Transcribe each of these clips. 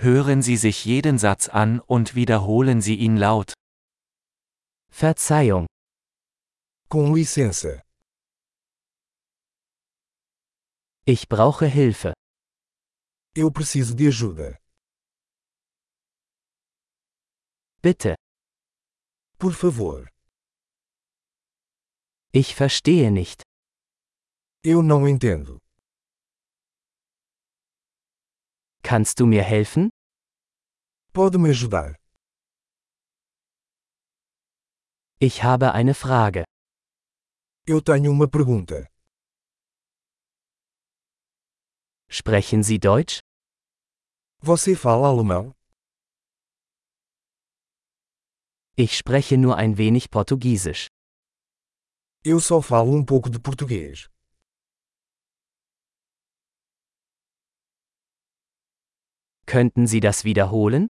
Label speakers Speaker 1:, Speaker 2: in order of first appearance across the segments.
Speaker 1: Hören Sie sich jeden Satz an und wiederholen Sie ihn laut.
Speaker 2: Verzeihung,
Speaker 3: Com licença.
Speaker 2: ich brauche Hilfe.
Speaker 3: Eu preciso de ajuda.
Speaker 2: Bitte,
Speaker 3: Por favor.
Speaker 2: ich verstehe nicht.
Speaker 3: Eu não entendo.
Speaker 2: Kannst du mir helfen?
Speaker 3: Pode me ajudar?
Speaker 2: Ich habe eine Frage.
Speaker 3: Eu tenho uma pergunta.
Speaker 2: Sprechen Sie Deutsch?
Speaker 3: Você fala alemão?
Speaker 2: Ich spreche nur ein wenig Portugiesisch.
Speaker 3: Eu só falo um pouco de português.
Speaker 2: Könnten Sie das wiederholen?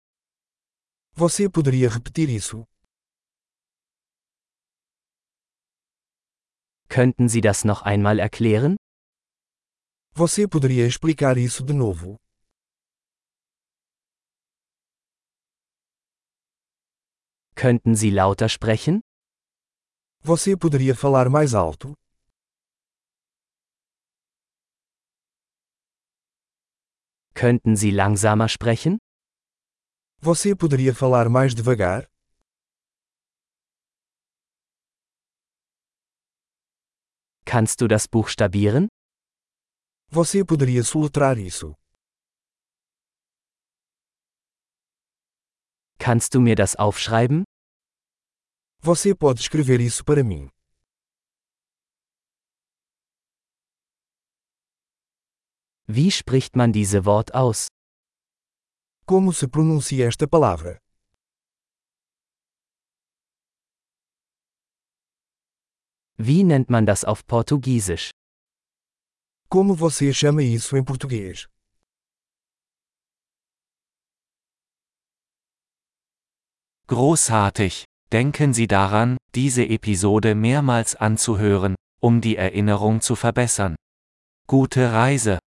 Speaker 3: Você poderia repetir isso?
Speaker 2: Könnten Sie das noch einmal erklären?
Speaker 3: Você poderia explicar isso de novo?
Speaker 2: Könnten Sie lauter sprechen?
Speaker 3: Você poderia falar mais alto?
Speaker 2: Könnten Sie langsamer sprechen?
Speaker 3: Você poderia falar mais devagar?
Speaker 2: Kannst du das buchstabieren?
Speaker 3: Você poderia soletrar isso?
Speaker 2: Kannst du mir das aufschreiben?
Speaker 3: Você pode escrever isso para mim?
Speaker 2: Wie spricht man diese Wort aus?
Speaker 3: Como se pronuncia esta palavra?
Speaker 2: Wie nennt man das auf Portugiesisch?
Speaker 3: Como você chama isso em português?
Speaker 1: Großartig! Denken Sie daran, diese Episode mehrmals anzuhören, um die Erinnerung zu verbessern. Gute Reise!